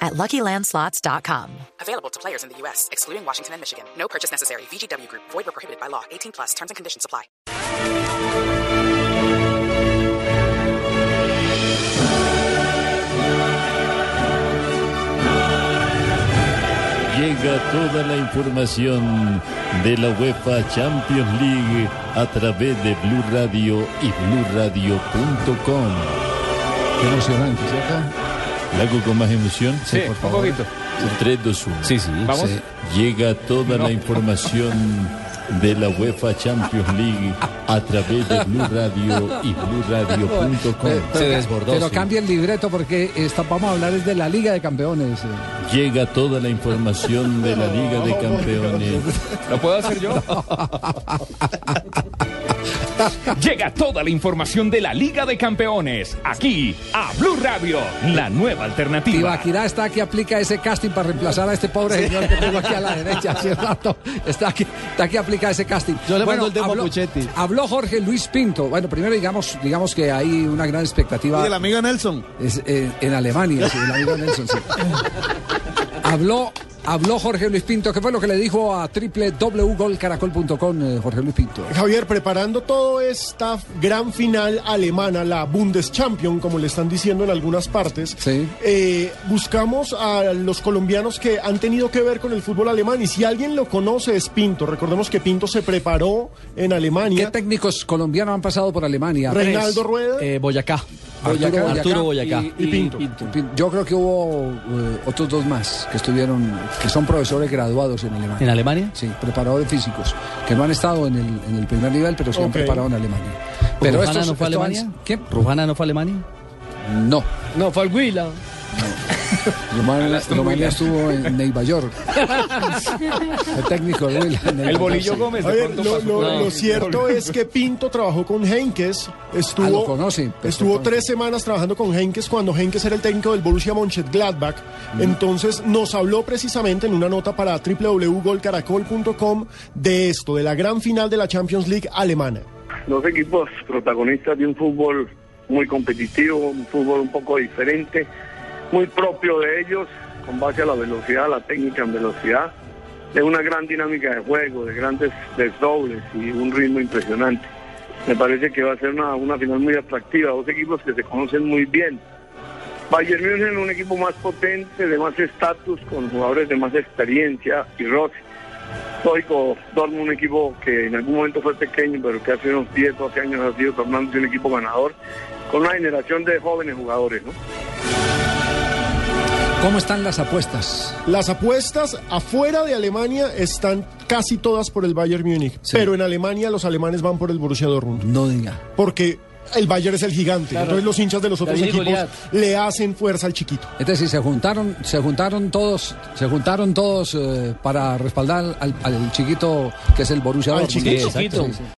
at luckylandslots.com. Available to players in the U.S., excluding Washington and Michigan. No purchase necessary. VGW Group, void or prohibited by law. 18 plus terms and conditions apply. Llega toda la información de la UEFA Champions League a través de Blue Radio y BlueRadio.com. Qué emocionante, ¿cierto? ¿La hago con más emoción? Sí, un poquito. 3, 2, 1. Sí, sí. Vamos. Llega toda la información de la UEFA Champions League a través de Blue Radio y BlueRadio.com. Se desbordó. Pero sí. cambia el libreto porque esta, vamos a hablar es de la Liga de Campeones. eh. Llega toda la información de la Liga de Campeones. ¿Lo puedo hacer yo? Llega toda la información de la Liga de Campeones, aquí a Blue Radio, la nueva alternativa. Tibaquirá está aquí, aplica ese casting para reemplazar a este pobre señor que tengo aquí a la derecha hace rato. Está aquí, está aquí, aplica ese casting. Yo le mando el demo a habló, Puchetti. habló Jorge Luis Pinto. Bueno, primero digamos, digamos que hay una gran expectativa. Y el amigo Nelson. Es, eh, en Alemania, sí, el amigo Nelson, sí. Habló, habló Jorge Luis Pinto, que fue lo que le dijo a www.golcaracol.com eh, Jorge Luis Pinto. Javier, preparando toda esta gran final alemana, la Bundeschampion, como le están diciendo en algunas partes, Sí. eh, buscamos a los colombianos que han tenido que ver con el fútbol alemán. Y si alguien lo conoce es Pinto. Recordemos que Pinto se preparó en ¿Qué Alemania. técnicos colombianos han pasado por Alemania? Reinaldo Tres. Rueda. Eh, Boyacá. Boyacá, Arturo Boyacá. y Pinto. Pin- Yo creo que hubo eh, otros dos más que estuvieron, que son profesores graduados en Alemania. ¿En Alemania? Sí, preparadores físicos, que no han estado en el, en el primer nivel, pero se han Ok. preparado en Alemania. Pero ¿Pero ¿Rujana estos- no fue a estos han- Alemania? ¿Qué? ¿Rujana no fue a Alemania? No. No, fue al Huila. Román Román estuvo en Nueva York. El técnico de Huila, en Nueva El York, bolillo sí. Gómez. A de ver, pronto lo, pasó lo- por ahí. lo cierto es que Pinto trabajó con Henkes, estuvo, Ah, lo conoce, perfecto. estuvo tres semanas trabajando con Henkes cuando Henkes era el técnico del Borussia Mönchengladbach. Entonces nos habló precisamente en una nota para www.golcaracol.com de esto, de la gran final de la Champions League alemana. dos equipos protagonistas de un fútbol muy competitivo, un fútbol un poco diferente, muy propio de ellos, con base a la velocidad, la técnica en velocidad, de una gran dinámica de juego, de grandes desdobles y un ritmo impresionante. Me parece que va a ser una, una final muy atractiva, dos equipos que se conocen muy bien. Bayern Múnich es un equipo más potente, de más estatus, con jugadores de más experiencia y roce histórico Dortmund, un equipo que en algún momento fue pequeño, pero que hace unos 10, 12 años ha sido tornándose un equipo ganador, con una generación de jóvenes jugadores, ¿no? ¿Cómo están las apuestas? Las apuestas afuera de Alemania están casi todas por el Bayern Múnich, Sí. pero en Alemania los alemanes van por el Borussia Dortmund. No diga. Porque el Bayern es el gigante, entonces los hinchas de los otros David y equipos Goliat. le hacen fuerza al chiquito. Es decir, se juntaron, se juntaron todos, se juntaron todos eh, para respaldar al, al chiquito que es el Borussia Al Dortmund. chiquito. Sí, exacto. Chiquito. Sí, sí.